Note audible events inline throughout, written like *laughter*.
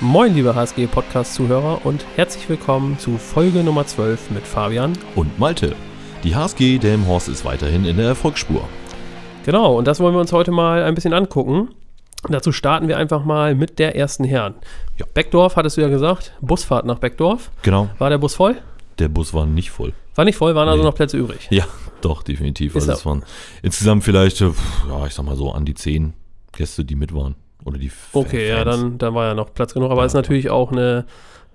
Moin, liebe HSG-Podcast-Zuhörer und herzlich willkommen zu Folge Nummer 12 mit Fabian. und Malte. Die HSG Delmhorst ist weiterhin in der Erfolgsspur. Genau, und das wollen wir uns heute mal ein bisschen angucken. Dazu starten wir einfach mal mit der ersten Herren. Ja. Beckdorf, hattest du ja gesagt, Busfahrt nach Beckdorf. Genau, War der Bus voll? der Bus war nicht voll. War nicht voll, waren also Nee. noch Plätze übrig. Ja, doch, definitiv. Ist Also er- es waren insgesamt vielleicht, äh, pf, ja, ich sag mal so, an die zehn Gäste, die mit waren. Oder die F- Okay, ja, Fans. dann, dann war ja noch Platz genug, aber Ja. ist natürlich auch eine,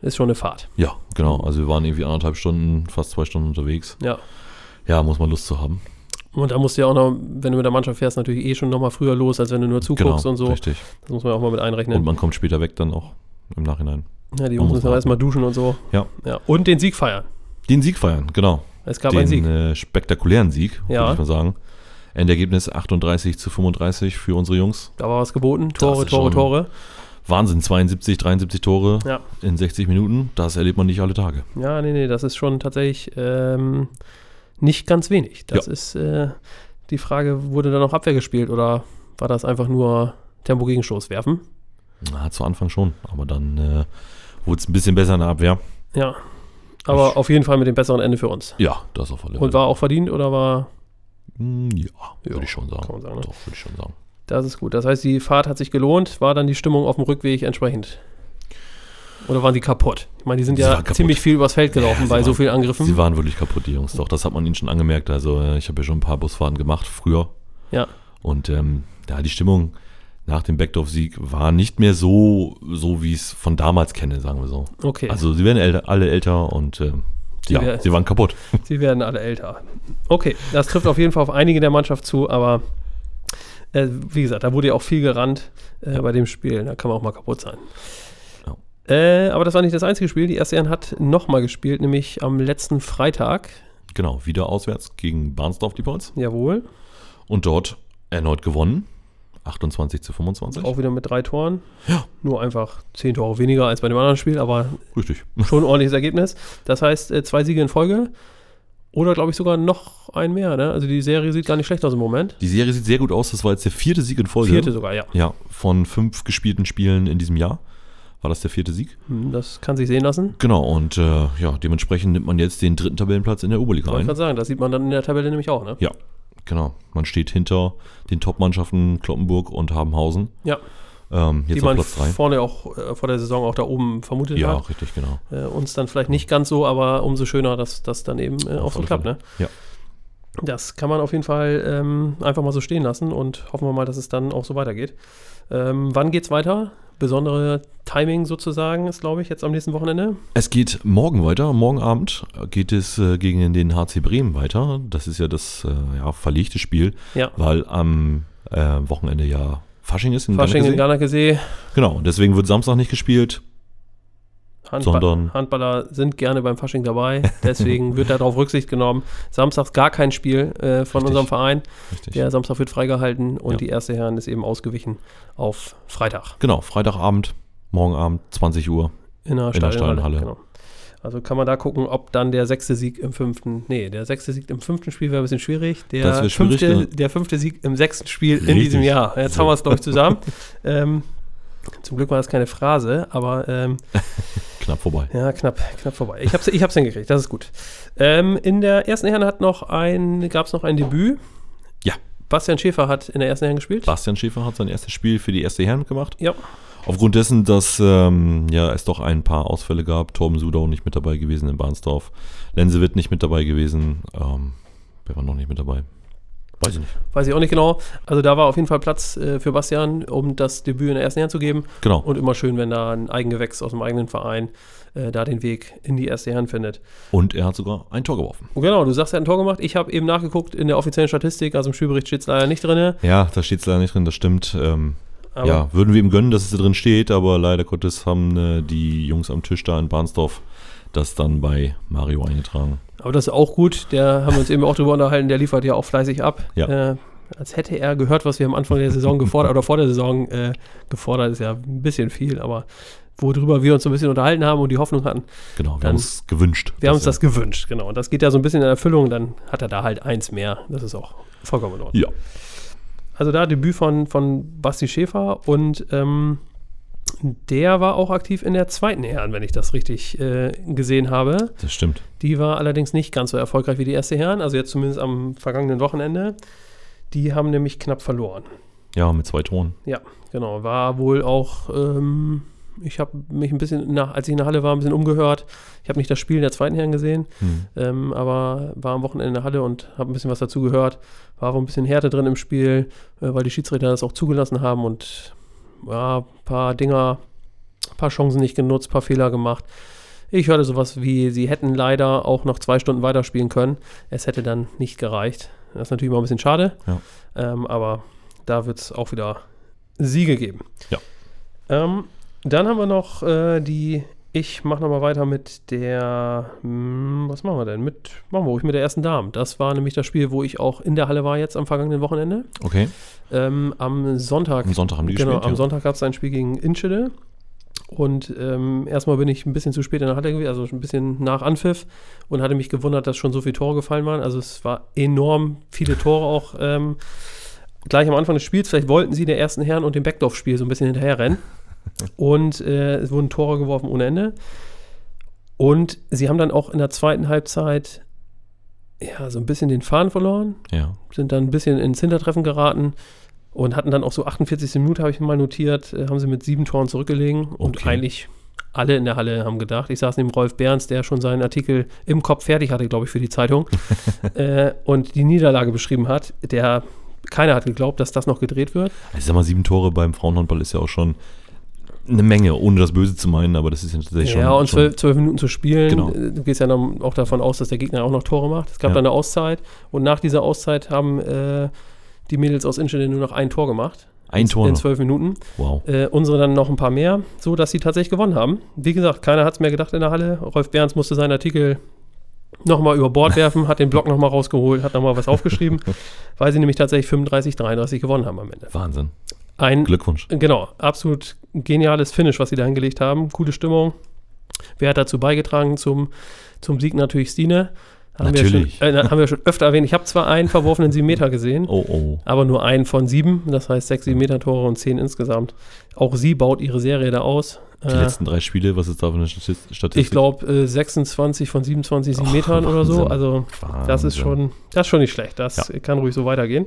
ist schon eine Fahrt. Ja, genau. Also wir waren irgendwie anderthalb Stunden, fast zwei Stunden unterwegs. Ja. Ja, muss man Lust zu haben. Und da musst du ja auch noch, wenn du mit der Mannschaft fährst, natürlich eh schon nochmal früher los, als wenn du nur zuguckst und so. Genau, richtig. Das muss man auch mal mit einrechnen. Und man kommt später weg dann auch im Nachhinein. ja, die Jungs muss müssen aber warten. erstmal duschen und so. Ja. ja. Und den Sieg feiern. Den Sieg feiern, genau. Es gab einen den Sieg. Äh, spektakulären Sieg, Ja. würde ich mal sagen. Endergebnis 38 zu 35 für unsere Jungs. Da war was geboten. Tore, äh, ist Tore, schon- Tore. Wahnsinn, 72, 73 Tore Ja. in 60 Minuten, das erlebt man nicht alle Tage. Ja, nee, nee, das ist schon tatsächlich ähm, nicht ganz wenig. Das ist äh, die Frage, wurde da noch Abwehr gespielt oder war das einfach nur Tempo-Gegenstoß werfen? Na, zu Anfang schon, aber dann äh, wurde es ein bisschen besser in der Abwehr. Ja. Aber Ich- auf jeden Fall mit dem besseren Ende für uns. Ja, das auf alle Und war auch verdient oder war. Hm, Ja, Ja, würde ich schon sagen. kann man sagen, ne? Doch, würde ich schon sagen. Das ist gut. Das heißt, die Fahrt hat sich gelohnt. War dann die Stimmung auf dem Rückweg entsprechend? Oder waren die kaputt? Ich meine, die sind Sie ja waren kaputt. ziemlich viel übers Feld gelaufen Ja, sie bei so waren- vielen Angriffen. Sie waren wirklich kaputt, die Jungs. Doch, das hat man ihnen schon angemerkt. Also, äh, ich habe ja schon ein paar Busfahrten gemacht früher. Ja. Und ähm, ja, die Stimmung nach dem Backdorf-Sieg war nicht mehr so, so wie ich es von damals kenne, sagen wir so. okay. Also, sie werden äl alle älter und ähm, Die ja, wär- sie waren kaputt. Sie werden alle älter. Okay, das trifft auf jeden Fall auf einige der Mannschaft zu, aber äh, wie gesagt, da wurde ja auch viel gerannt äh, bei dem Spiel. Da kann man auch mal kaputt sein. Ja. Äh, aber das war nicht das einzige Spiel. Die erste Herren hat nochmal gespielt, nämlich am letzten Freitag. Genau, wieder auswärts gegen Barnsdorf, die Pauls. Jawohl. Und dort erneut gewonnen. 28 zu 25. Auch wieder mit drei Toren. Ja. Nur einfach zehn Tore weniger als bei dem anderen Spiel, aber Richtig. schon ein ordentliches Ergebnis. Das heißt, äh, zwei Siege in Folge. Oder glaube ich sogar noch ein mehr. Ne? Also die Serie sieht gar nicht schlecht aus im Moment. Die Serie sieht sehr gut aus. Das war jetzt der vierte Sieg in Folge. Vierte sogar, Oh, ja. Ja, von fünf gespielten Spielen in diesem Jahr war das der vierte Sieg. Hm, Das kann sich sehen lassen. Genau, und äh, ja, dementsprechend nimmt man jetzt den dritten Tabellenplatz in der Oberliga Wollte ich ein. gerade sagen, das sieht man dann in der Tabelle nämlich auch, ne? Ja, genau. Man steht hinter den Top-Mannschaften Kloppenburg und Habenhausen. Ja, Ähm, die jetzt auf man Platz 3. vorne auch äh, vor der Saison auch da oben vermutet Ja, hat. richtig, genau. Äh, uns dann vielleicht nicht ganz so, aber umso schöner, dass das dann eben äh, auch so alle klappt, ne? Fälle. Ja. Das kann man auf jeden Fall ähm, einfach mal so stehen lassen und hoffen wir mal, dass es dann auch so weitergeht. Ähm, wann geht's weiter? Besondere Timing sozusagen ist, glaube ich, jetzt am nächsten Wochenende. Es geht morgen weiter. Morgen Abend geht es äh, gegen den HC Bremen weiter. Das ist ja das äh, ja, verlegte Spiel, Ja. weil am äh, Wochenende ja Fasching ist in Fasching in Garnisee. Garnakesee. Genau, deswegen wird Samstag nicht gespielt. Sondern- Handballer sind gerne beim Fasching dabei, deswegen wird darauf Rücksicht genommen. Samstags gar kein Spiel äh, von Richtig. unserem Verein. Richtig. Der Samstag wird freigehalten und Ja. die erste Herren ist eben ausgewichen auf Freitag Genau, Freitagabend, morgen Abend, 20 Uhr. in der In der Stadionhalle. Stadionhalle. Genau. Also kann man da gucken, ob dann der sechste Sieg im fünften, nee, der sechste Sieg im fünften Spiel wäre ein bisschen schwierig. Der, Das wär schwierig, fünfte, ne? der fünfte Sieg im sechsten Spiel in Richtig. diesem Jahr. Jetzt So. haben wir es, glaube ich, *laughs* zusammen. ähm, zum Glück war das keine Phrase, aber ähm, Knapp vorbei. ja, knapp, knapp vorbei. Ich hab's, ich hab's hingekriegt, das ist gut. Ähm, in der ersten Herren hat noch ein, gab's noch ein Debüt. Ja. Bastian Schäfer hat in der ersten Herren gespielt. Bastian Schäfer hat sein erstes Spiel für die erste Herren gemacht. Ja. Aufgrund dessen, dass ähm, ja, es doch ein paar Ausfälle gab. Torben Sudau nicht mit dabei gewesen in Barnsdorf. Lense wird nicht mit dabei gewesen. Ähm, wer war noch nicht mit dabei? Weiß ich nicht. Weiß ich auch nicht genau. Also da war auf jeden Fall Platz äh, für Bastian, um das Debüt in der ersten Herren zu geben. Genau. Und immer schön, wenn da ein Eigengewächs aus dem eigenen Verein äh, da den Weg in die erste Herren findet. Und er hat sogar ein Tor geworfen. Und genau, du sagst, er hat ein Tor gemacht. Ich habe eben nachgeguckt, in der offiziellen Statistik, also im Spielbericht steht es leider nicht drin. Ja, da steht es leider nicht drin, das stimmt. Ähm, Aber ja, würden wir ihm gönnen, dass es da drin steht, aber leider Gottes haben äh, die Jungs am Tisch da in Barnsdorf das dann bei Mario eingetragen. Aber das ist auch gut. Der haben wir uns eben auch drüber unterhalten. Der liefert ja auch fleißig ab. Ja. Äh, als hätte er gehört, was wir am Anfang der Saison gefordert oder vor der Saison äh, gefordert ist ja ein bisschen viel, aber worüber wir uns so ein bisschen unterhalten haben und die Hoffnung hatten. Genau, wir Dann- haben es gewünscht. Wir haben uns dass er- das gewünscht, genau. Und das geht ja so ein bisschen in Erfüllung. Dann hat er da halt eins mehr. Das ist auch vollkommen in Ordnung. Ja. Also da Debüt von, von Basti Schäfer und ähm, Der war auch aktiv in der zweiten Herren, wenn ich das richtig äh, gesehen habe. Das stimmt. Die war allerdings nicht ganz so erfolgreich wie die erste Herren, also jetzt zumindest am vergangenen Wochenende. Die haben nämlich knapp verloren. Ja, mit zwei Toren. Ja, genau. War wohl auch, ähm, ich habe mich ein bisschen, nach, als ich in der Halle war, ein bisschen umgehört. Ich habe nicht das Spiel in der zweiten Herren gesehen, Hm. ähm, aber war am Wochenende in der Halle und habe ein bisschen was dazu gehört. War wohl ein bisschen Härte drin im Spiel, äh, weil die Schiedsrichter das auch zugelassen haben und ja, ein paar Dinger, ein paar Chancen nicht genutzt, ein paar Fehler gemacht. Ich hörte sowas wie, sie hätten leider auch noch zwei Stunden weiterspielen können. Es hätte dann nicht gereicht. Das ist natürlich mal ein bisschen schade, Ja. ähm, aber da wird es auch wieder Siege geben. Ja. Ähm, dann haben wir noch äh, die, ich mache nochmal weiter mit der, hm, was machen wir denn? Mit, machen wir ruhig mit der ersten Dame. Das war nämlich das Spiel, wo ich auch in der Halle war jetzt am vergangenen Wochenende. Okay. Ähm, am Sonntag Am Sonntag haben die genau, gespielt. am ja. Sonntag gab es ein Spiel gegen Inschede. Und ähm, erstmal bin ich ein bisschen zu spät in der Halle gewesen, also schon ein bisschen nach Anpfiff und hatte mich gewundert, dass schon so viele Tore gefallen waren. Also es war enorm viele Tore auch ähm, gleich am Anfang des Spiels. Vielleicht wollten sie der ersten Herren und dem Backdorf-Spiel so ein bisschen *laughs* hinterherrennen. Und äh, es wurden Tore geworfen ohne Ende. Und sie haben dann auch in der zweiten Halbzeit ja so ein bisschen den Faden verloren ja. sind dann ein bisschen ins Hintertreffen geraten und hatten dann auch so 48. Minute, habe ich mal notiert, äh, haben sie mit sieben Toren zurückgelegen und Okay. eigentlich alle in der Halle haben gedacht. Ich saß neben Rolf Behrens, der schon seinen Artikel im Kopf fertig hatte, glaube ich, für die *laughs* Zeitung äh, und die Niederlage beschrieben hat. Der keiner hat geglaubt, dass das noch gedreht wird. Also, ich sag mal, sieben Tore beim Frauenhandball ist ja auch schon eine Menge, ohne das Böse zu meinen, aber das ist ja tatsächlich schon. ja, und schon, zwölf, zwölf Minuten zu spielen. Genau. äh, Du gehst ja dann auch davon aus, dass der Gegner auch noch Tore macht. Es gab Ja. dann eine Auszeit und nach dieser Auszeit haben äh, die Mädels aus Inschede nur noch ein Tor gemacht. ein Tor. In noch. zwölf Minuten. Wow. Äh, unsere dann noch ein paar mehr, so dass sie tatsächlich gewonnen haben. Wie gesagt, keiner hat es mehr gedacht in der Halle. Rolf Behrens musste seinen Artikel nochmal über Bord werfen, hat den Blog nochmal rausgeholt, hat nochmal was aufgeschrieben, weil sie nämlich tatsächlich 35, 33 gewonnen haben am Ende. Wahnsinn. Ein, Glückwunsch. genau, absolut geniales Finish, was sie da hingelegt haben. Coole Stimmung. Wer hat dazu beigetragen zum, zum Sieg? Natürlich Stine. Haben Natürlich. Wir schon, äh, haben wir schon öfter erwähnt. Ich habe zwar einen verworfenen 7 Meter gesehen, Oh, oh. aber nur ein von sieben, das heißt sechs, sieben Meter Tore und zehn insgesamt. Auch sie baut ihre Serie da aus. Die Äh, letzten drei Spiele, was ist da für eine Statist- Statistik? ich glaube äh, 26 von 27 sieben Och, Metern oder so. Wahnsinn. Also das ist Wahnsinn. schon, das ist schon nicht schlecht. Das kann ruhig so weitergehen.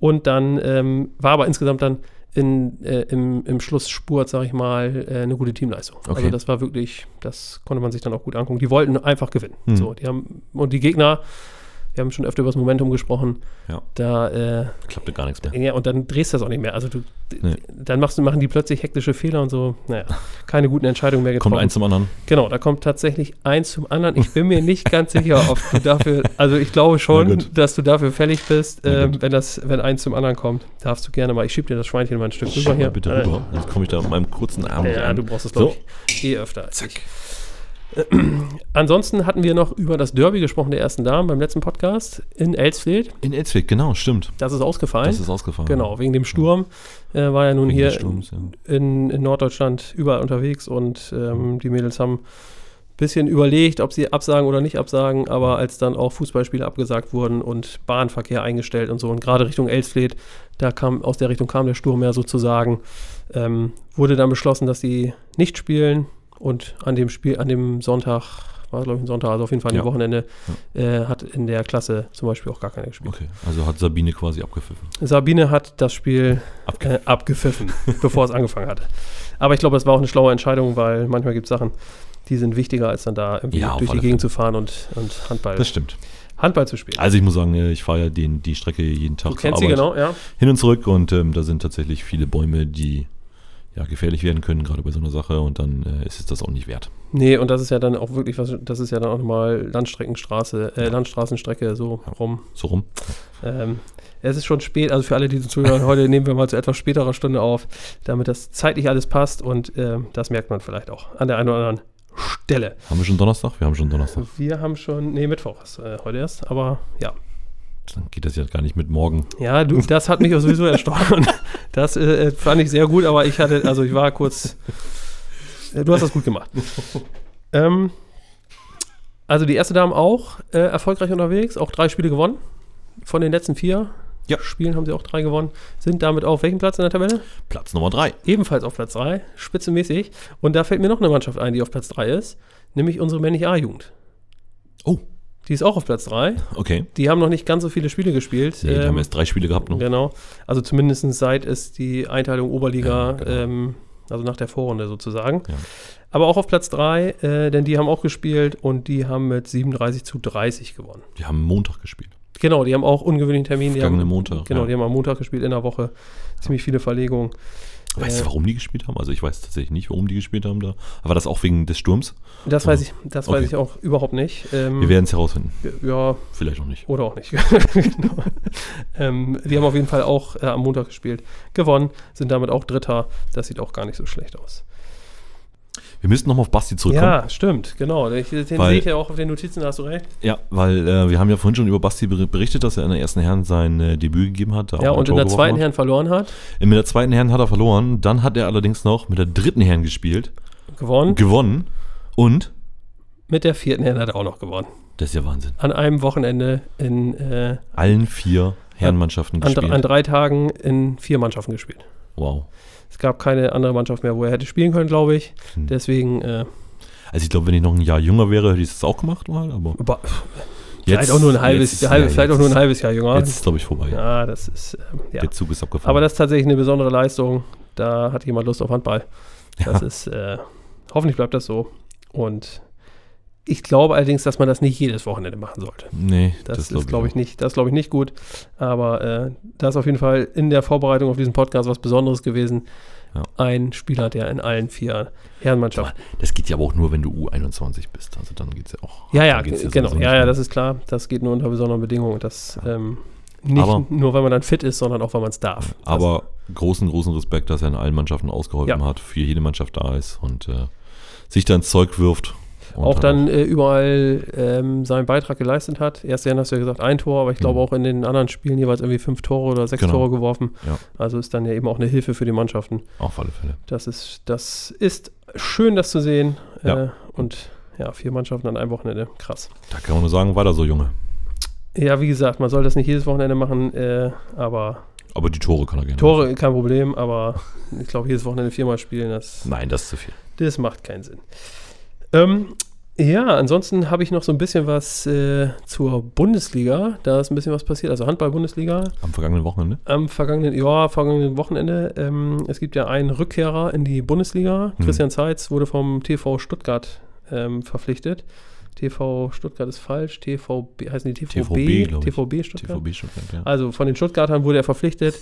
Und dann ähm, war aber insgesamt dann in, äh, im, im Schlussspurt, sag ich mal, äh, eine gute Teamleistung. Also Okay. das war wirklich, das konnte man sich dann auch gut angucken. Die wollten einfach gewinnen. Hm. So, die haben, und die Gegner, wir haben schon öfter über das Momentum gesprochen, Ja. da äh, Klappte gar nichts mehr. ja, und dann drehst du das auch nicht mehr. Also du, Nee. dann machst, du- machen die plötzlich hektische Fehler und so, naja, keine guten Entscheidungen mehr getroffen. Kommt eins zum anderen. genau, da kommt tatsächlich eins zum anderen. Ich bin mir nicht ganz sicher, ob du dafür, also ich glaube Na schon, gut. dass du dafür fällig bist, Na ähm, gut. wenn das, wenn eins zum anderen kommt. Darfst du gerne mal, ich schieb dir das Schweinchen mal ein Stück rüber Schau mal hier. bitte rüber. Jetzt komme ich da mit meinem kurzen Arm Äh, nicht ja, an. du brauchst es, So. glaube ich, eh öfter als ich. äh, *clears throat* Ansonsten hatten wir noch über das Derby gesprochen, der ersten Damen, beim letzten Podcast in Elsfeld. In Etzwick, genau, stimmt. Das ist ausgefallen. Das ist ausgefallen. Genau, wegen dem Sturm äh, war ja nun Wegen hier des Sturms, ja. in, in Norddeutschland überall unterwegs und ähm, die Mädels haben ein bisschen überlegt, ob sie absagen oder nicht absagen, aber als dann auch Fußballspiele abgesagt wurden und Bahnverkehr eingestellt und so und gerade Richtung Elsfleth, da kam aus der Richtung kam der Sturm ja sozusagen, ähm, wurde dann beschlossen, dass sie nicht spielen und an dem Spiel, an dem Sonntag, war glaube ich ein Sonntag, also auf jeden Fall ein Ja. Wochenende, äh, hat in der Klasse zum Beispiel auch gar keiner gespielt. Okay, also hat Sabine quasi abgepfiffen. Sabine hat das Spiel Abge äh, *laughs* abgepfiffen, bevor es angefangen hatte. Aber ich glaube, das war auch eine schlaue Entscheidung, weil manchmal gibt es Sachen, die sind wichtiger, als dann da irgendwie Ja, auf durch die alle Gegend zu fahren und, und Handball, Das stimmt. Handball zu spielen. Also ich muss sagen, äh, ich fahre ja den, die Strecke jeden Tag du kennst sie genau, ja. hin und zurück und ähm, da sind tatsächlich viele Bäume, die ja gefährlich werden können, gerade bei so einer Sache und dann äh, ist es das auch nicht wert. Nee, und das ist ja dann auch wirklich was, das ist ja dann auch nochmal Landstreckenstraße, äh, Landstraßenstrecke so rum. So rum. Ähm, es ist schon spät, also für alle, die zuhören, heute nehmen wir mal zu etwas späterer Stunde auf, damit das zeitlich alles passt und ähm, das merkt man vielleicht auch an der einen oder anderen Stelle. Haben wir schon Donnerstag? Wir haben schon Donnerstag. Wir haben schon, nee, Mittwoch ist äh, heute erst, aber ja. Dann geht das ja gar nicht mit morgen. Ja, du, das hat mich auch sowieso *laughs* erstaunt. Das äh, äh, fand ich sehr gut, aber ich hatte, also ich war kurz. Äh, du hast das gut gemacht. Ähm, also die erste Dame auch äh, erfolgreich unterwegs, auch drei Spiele gewonnen von den letzten vier. Ja. Spielen haben sie auch drei gewonnen. Sind damit auf welchem Platz in der Tabelle? Platz Nummer 3. Ebenfalls auf Platz drei, spitzenmäßig. Und da fällt mir noch eine Mannschaft ein, die auf Platz drei ist, nämlich unsere männliche A-Jugend. Oh, Die ist auch auf Platz drei. okay. Die haben noch nicht ganz so viele Spiele gespielt. Die haben Ähm, erst drei Spiele gehabt. Noch. Genau. Also zumindest seit es die Einteilung Oberliga, Ja, genau. ähm, also nach der Vorrunde sozusagen. Ja. Aber auch auf Platz 3, äh, denn die haben auch gespielt und die haben mit 37 zu 30 gewonnen. Die haben Montag gespielt. Genau, die haben auch ungewöhnlichen Termin. Die Vergangenen haben, Montag, Genau, ja. die haben am Montag gespielt in der Woche. Ziemlich viele Verlegungen. Weißt Äh, du, warum die gespielt haben? Also ich weiß tatsächlich nicht, warum die gespielt haben da. Aber das auch wegen des Sturms? Das weiß ich, das weiß Genau. Okay. ich auch überhaupt nicht. Ähm, Wir werden es herausfinden. ja, Vielleicht noch nicht. Oder auch nicht. *laughs* genau. ähm, die haben auf jeden Fall auch äh, am Montag gespielt, gewonnen, sind damit auch Dritter. Das sieht auch gar nicht so schlecht aus. Wir müssen nochmal auf Basti zurückkommen. Ja, stimmt, genau. Ich, den Weil- sehe ich ja auch auf den Notizen, da hast du recht. Ja, weil äh, wir haben ja vorhin schon über Basti ber- berichtet, dass er in der ersten Herren sein äh, Debüt gegeben hat. da Ja, auch ein und in Tor der geworfen zweiten hat. Herren verloren hat, In der zweiten Herren hat er verloren. Dann hat er allerdings noch mit der dritten Herren gespielt, gewonnen. gewonnen und, Mit der vierten Herren hat er auch noch gewonnen. das ist ja Wahnsinn, An einem Wochenende in äh, allen vier Herrenmannschaften an, gespielt. an drei Tagen in vier Mannschaften gespielt. wow. Es gab keine andere Mannschaft mehr, wo er hätte spielen können, glaube ich. Hm. Deswegen äh, Also ich glaube, wenn ich noch ein Jahr jünger wäre, hätte ich das auch gemacht mal. Aber ba- jetzt- vielleicht auch nur ein halbes, jetzt ist- halbe, ja, vielleicht jetzt auch nur ein ist- halbes Jahr jünger. Jetzt ist glaube ich vorbei. Ja, das ist ähm, ja. Der Zug ist abgefahren. Aber das ist tatsächlich eine besondere Leistung. Da hat jemand Lust auf Handball. *laughs* Das ja. ist, äh, hoffentlich bleibt das so. Und ich glaube allerdings, dass man das nicht jedes Wochenende machen sollte. nee, Das, ist, glaube ich, nicht. nicht, das glaube ich nicht gut. Aber äh, da ist auf jeden Fall in der Vorbereitung auf diesen Podcast was Besonderes gewesen. Ja. Ein Spieler, der in allen vier Herrenmannschaften. Das geht ja aber auch nur, wenn du U21 bist. Also dann geht es ja auch. Ja, ja, dann geht's genau. sowieso Ja, nicht ja, mehr. das ist klar. Das geht nur unter besonderen Bedingungen. Das ähm, nicht Aber- nur, weil man dann fit ist, sondern auch, weil man es darf. Also Aber großen, großen Respekt, dass er in allen Mannschaften ausgeholfen Ja. hat, für jede Mannschaft da ist und äh, sich da ins Zeug wirft. Und auch hat dann äh, überall ähm, seinen Beitrag geleistet hat. Erst Jan hast du ja gesagt, ein Tor, aber ich glaube Mhm. auch in den anderen Spielen jeweils irgendwie fünf Tore oder sechs Genau. Tore geworfen. Ja. Also ist dann ja eben auch eine Hilfe für die Mannschaften. Auf alle Fälle. Das ist, das ist schön, das zu sehen. Ja. Äh, und ja, vier Mannschaften an einem Wochenende. Krass. Da kann man nur sagen, weiter so, Junge. Ja, wie gesagt, man soll das nicht jedes Wochenende machen, äh, aber Aber die Tore kann er gerne. machen. Tore kein Problem, aber ich glaube, jedes Wochenende viermal spielen, das Nein, das ist zu viel. Das macht keinen Sinn. Ähm, ja, ansonsten habe ich noch so ein bisschen was äh, zur Bundesliga. Da ist ein bisschen was passiert. Also Handball-Bundesliga Am vergangenen Wochenende. am vergangenen, ja, vergangenen Wochenende. Ähm, es gibt ja einen Rückkehrer in die Bundesliga. Mhm. Christian Zeitz wurde vom TV Stuttgart ähm, verpflichtet. TV Stuttgart ist falsch. TVB heißen die TVB, TVB? glaub ich. TVB Stuttgart. TVB Stuttgart, ja. Also von den Stuttgartern wurde er verpflichtet.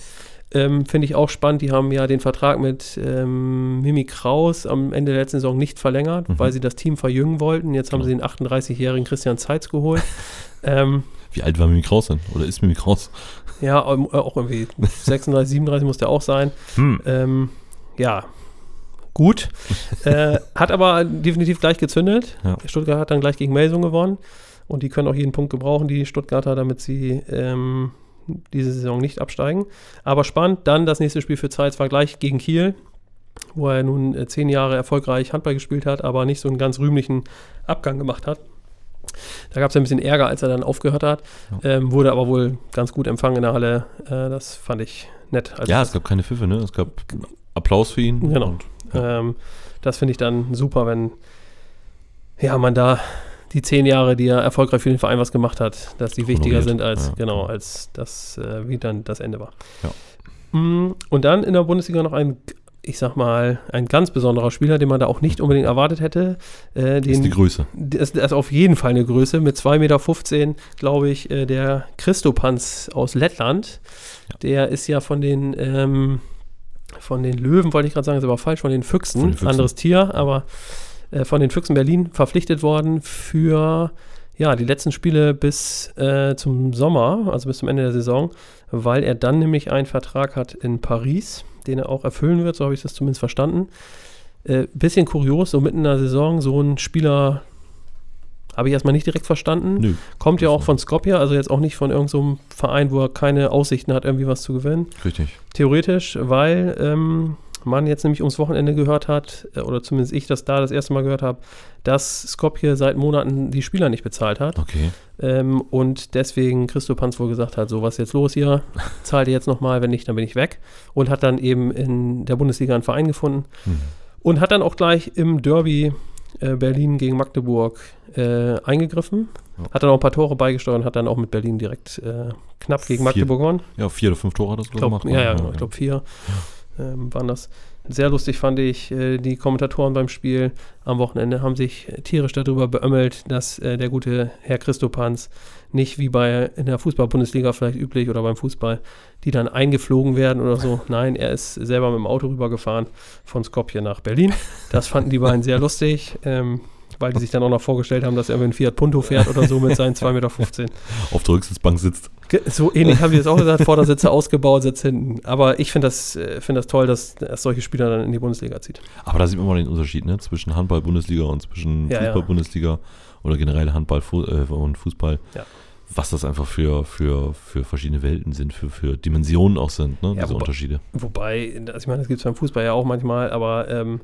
Ähm, Finde ich auch spannend. Die haben ja den Vertrag mit ähm, Mimi Kraus am Ende der letzten Saison nicht verlängert, Mhm. weil sie das Team verjüngen wollten. Jetzt haben Genau. sie den 38-jährigen Christian Zeitz geholt. ähm, Wie alt war Mimi Kraus denn? Oder ist Mimi Kraus? ja, ähm, äh, auch irgendwie 36, 37 muss der auch sein. Hm. Ähm, ja, *laughs* gut. äh, hat aber definitiv gleich gezündet. Ja. Stuttgart hat dann gleich gegen Melsung gewonnen. Und die können auch jeden Punkt gebrauchen, die Stuttgarter, damit sie ähm, diese Saison nicht absteigen. Aber spannend, dann das nächste Spiel für Zeitz war gleich gegen Kiel, wo er nun äh, zehn Jahre erfolgreich Handball gespielt hat, aber nicht so einen ganz rühmlichen Abgang gemacht hat. Da gab es ein bisschen Ärger, als er dann aufgehört hat. Ähm, wurde aber wohl ganz gut empfangen in der Halle. Äh, das fand ich nett. als Ja, es gab keine Pfiffe, ne? Es gab Applaus für ihn. Genau. Und Ähm, das finde ich dann super, wenn ja, man da die zehn Jahre, die er erfolgreich für den Verein was gemacht hat, dass die wichtiger Honoriert, sind als, ja. genau, als das, äh, wie dann das Ende war. Ja. Mm, Und dann in der Bundesliga noch ein, ich sag mal, ein ganz besonderer Spieler, den man da auch nicht unbedingt erwartet hätte. Äh, ist die den, Größe. das, das ist auf jeden Fall eine Größe. Mit 2,15 Meter, glaube ich, äh, der Christopanz aus Lettland. Ja. Der ist ja von den, ähm, von den Löwen, wollte ich gerade sagen, ist aber falsch, von den Füchsen, Von den Füchsen. anderes Tier, aber äh, von den Füchsen Berlin verpflichtet worden für ja, die letzten Spiele bis äh, zum Sommer, also bis zum Ende der Saison, weil er dann nämlich einen Vertrag hat in Paris, den er auch erfüllen wird, so habe ich das zumindest verstanden. Äh, bisschen kurios, so mitten in der Saison, so ein Spieler habe ich erstmal nicht direkt verstanden. Nö. Kommt ja auch von Skopje, also jetzt auch nicht von irgendeinem so einem Verein, wo er keine Aussichten hat, irgendwie was zu gewinnen. Richtig. Theoretisch, weil ähm, man jetzt nämlich ums Wochenende gehört hat, äh, oder zumindest ich das da das erste Mal gehört habe, dass Skopje seit Monaten die Spieler nicht bezahlt hat. Okay. Ähm, und deswegen Christo Panz wohl gesagt hat, so was ist jetzt los hier, zahlt ihr jetzt nochmal, wenn nicht, dann bin ich weg. Und hat dann eben in der Bundesliga einen Verein gefunden Hm. und hat dann auch gleich im Derby äh, Berlin gegen Magdeburg äh, eingegriffen. Ja. Hat dann auch ein paar Tore beigesteuert und hat dann auch mit Berlin direkt äh, knapp gegen Vier- Magdeburg gewonnen. Ja, vier oder fünf Tore hat das Ich glaub, gemacht. ja, ja, oder? genau, ich glaube vier ähm, waren das. Sehr lustig fand ich, äh, die Kommentatoren beim Spiel am Wochenende haben sich tierisch darüber beömmelt, dass äh, der gute Herr Christopanz nicht wie bei in der Fußball-Bundesliga vielleicht üblich oder beim Fußball, die dann eingeflogen werden oder *laughs* so. Nein, er ist selber mit dem Auto rübergefahren von Skopje nach Berlin. Das fanden die beiden sehr lustig, ähm, weil *laughs* die sich dann auch noch vorgestellt haben, dass er mit einem Fiat Punto fährt oder so mit seinen 2,15 Meter. Auf der Rücksitzbank sitzt. Ge- So *laughs* ähnlich haben wir es auch gesagt, Vordersitze ausgebaut, Sitz hinten. Aber ich finde das, äh, find das toll, dass dass solche Spieler dann in die Bundesliga zieht. Aber da sieht man mal den Unterschied ne? zwischen Handball-Bundesliga und zwischen Ja, ja. Fußball-Bundesliga oder generell Handball Fu- äh, und Fußball. Ja. Was das einfach für, für, für verschiedene Welten sind, für, für Dimensionen auch sind, ne? Ja, diese wobei- Unterschiede. Wobei, also ich meine, das gibt es beim Fußball ja auch manchmal, aber ähm,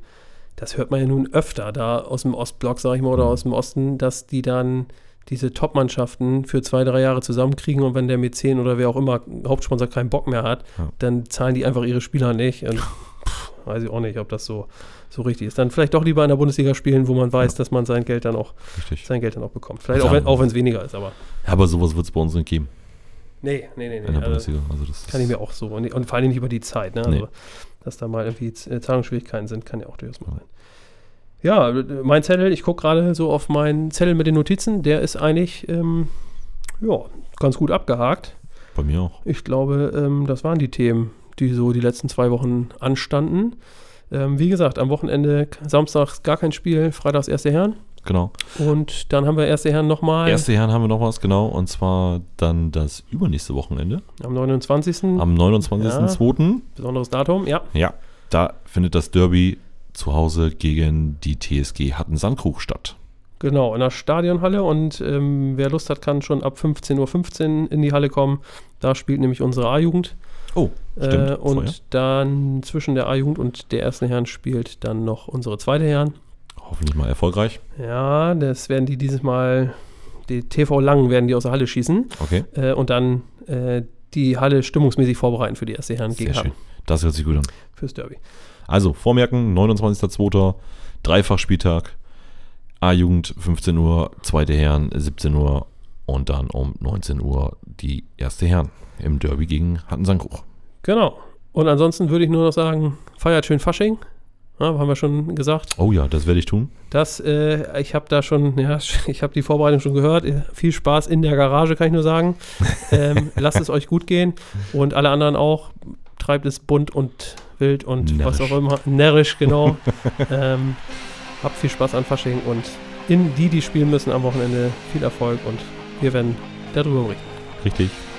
das hört man ja nun öfter da aus dem Ostblock, sag ich mal, oder Mhm. aus dem Osten, dass die dann diese Top-Mannschaften für zwei, drei Jahre zusammenkriegen und wenn der Mäzen oder wer auch immer Hauptsponsor keinen Bock mehr hat, Ja. dann zahlen die einfach ihre Spieler nicht. *laughs* Und pff, weiß ich auch nicht, ob das so, so richtig ist. Dann vielleicht doch lieber in der Bundesliga spielen, wo man weiß, dass man sein Geld dann auch Richtig. sein Geld dann auch bekommt. Vielleicht Ja. auch, wenn- auch wenn es weniger ist, aber Ja, aber sowas wird es bei uns nicht geben nee, nee, nee, in nee. der Also, Bundesliga. Also das kann ich mir auch so. Und, und vor allem nicht über die Zeit, ne? Also, Nee. Dass da mal irgendwie Z- äh, Zahlungsschwierigkeiten sind, kann ja auch durchaus mal sein. Ja, äh, mein Zettel, ich gucke gerade so auf meinen Zettel mit den Notizen, der ist eigentlich, ähm, ja, ganz gut abgehakt. bei mir auch. Ich glaube, ähm, das waren die Themen, die so die letzten zwei Wochen anstanden. Ähm, wie gesagt, am Wochenende, k- samstags gar kein Spiel, freitags erste Herren. Genau. Und dann haben wir erste Herren nochmal Erste Herren haben wir noch was, genau. Und zwar dann das übernächste Wochenende. am 29. Am 29.02. Besonderes Datum, ja. Ja. Da findet das Derby zu Hause gegen die TSG Hatten-Sandkrug statt. Genau, in der Stadionhalle und ähm, wer Lust hat, kann schon ab 15.15 Uhr in die Halle kommen. Da spielt nämlich unsere A-Jugend. Oh, Äh, stimmt, und vorher. dann zwischen der A-Jugend und der ersten Herren spielt dann noch unsere zweite Herren. Hoffentlich mal erfolgreich. Ja, das werden die dieses Mal, die TV Langen werden die aus der Halle schießen Okay. äh, und dann äh, die Halle stimmungsmäßig vorbereiten für die erste Herren Sehr gegen schön. Hamm Das hört sich gut an. fürs Derby. Also, vormerken, 29.02. Dreifachspieltag. A-Jugend 15 Uhr, zweite Herren 17 Uhr und dann um 19 Uhr die erste Herren im Derby gegen Hatten-Sandkrug. Genau. Und ansonsten würde ich nur noch sagen, feiert schön Fasching. Ja, haben wir schon gesagt. Oh ja, das werde ich tun. Das, äh, ich habe da schon, ja, *laughs* ich habe die Vorbereitung schon gehört. Äh, Viel Spaß in der Garage, kann ich nur sagen. *laughs* Ähm, lasst es euch gut gehen und alle anderen auch. Treibt es bunt und wild und was Närrisch. auch immer. Närrisch, *laughs* genau. ähm, habt viel Spaß an Fasching und in die, die spielen müssen am Wochenende, viel Erfolg und wir werden darüber berichten. Richtig.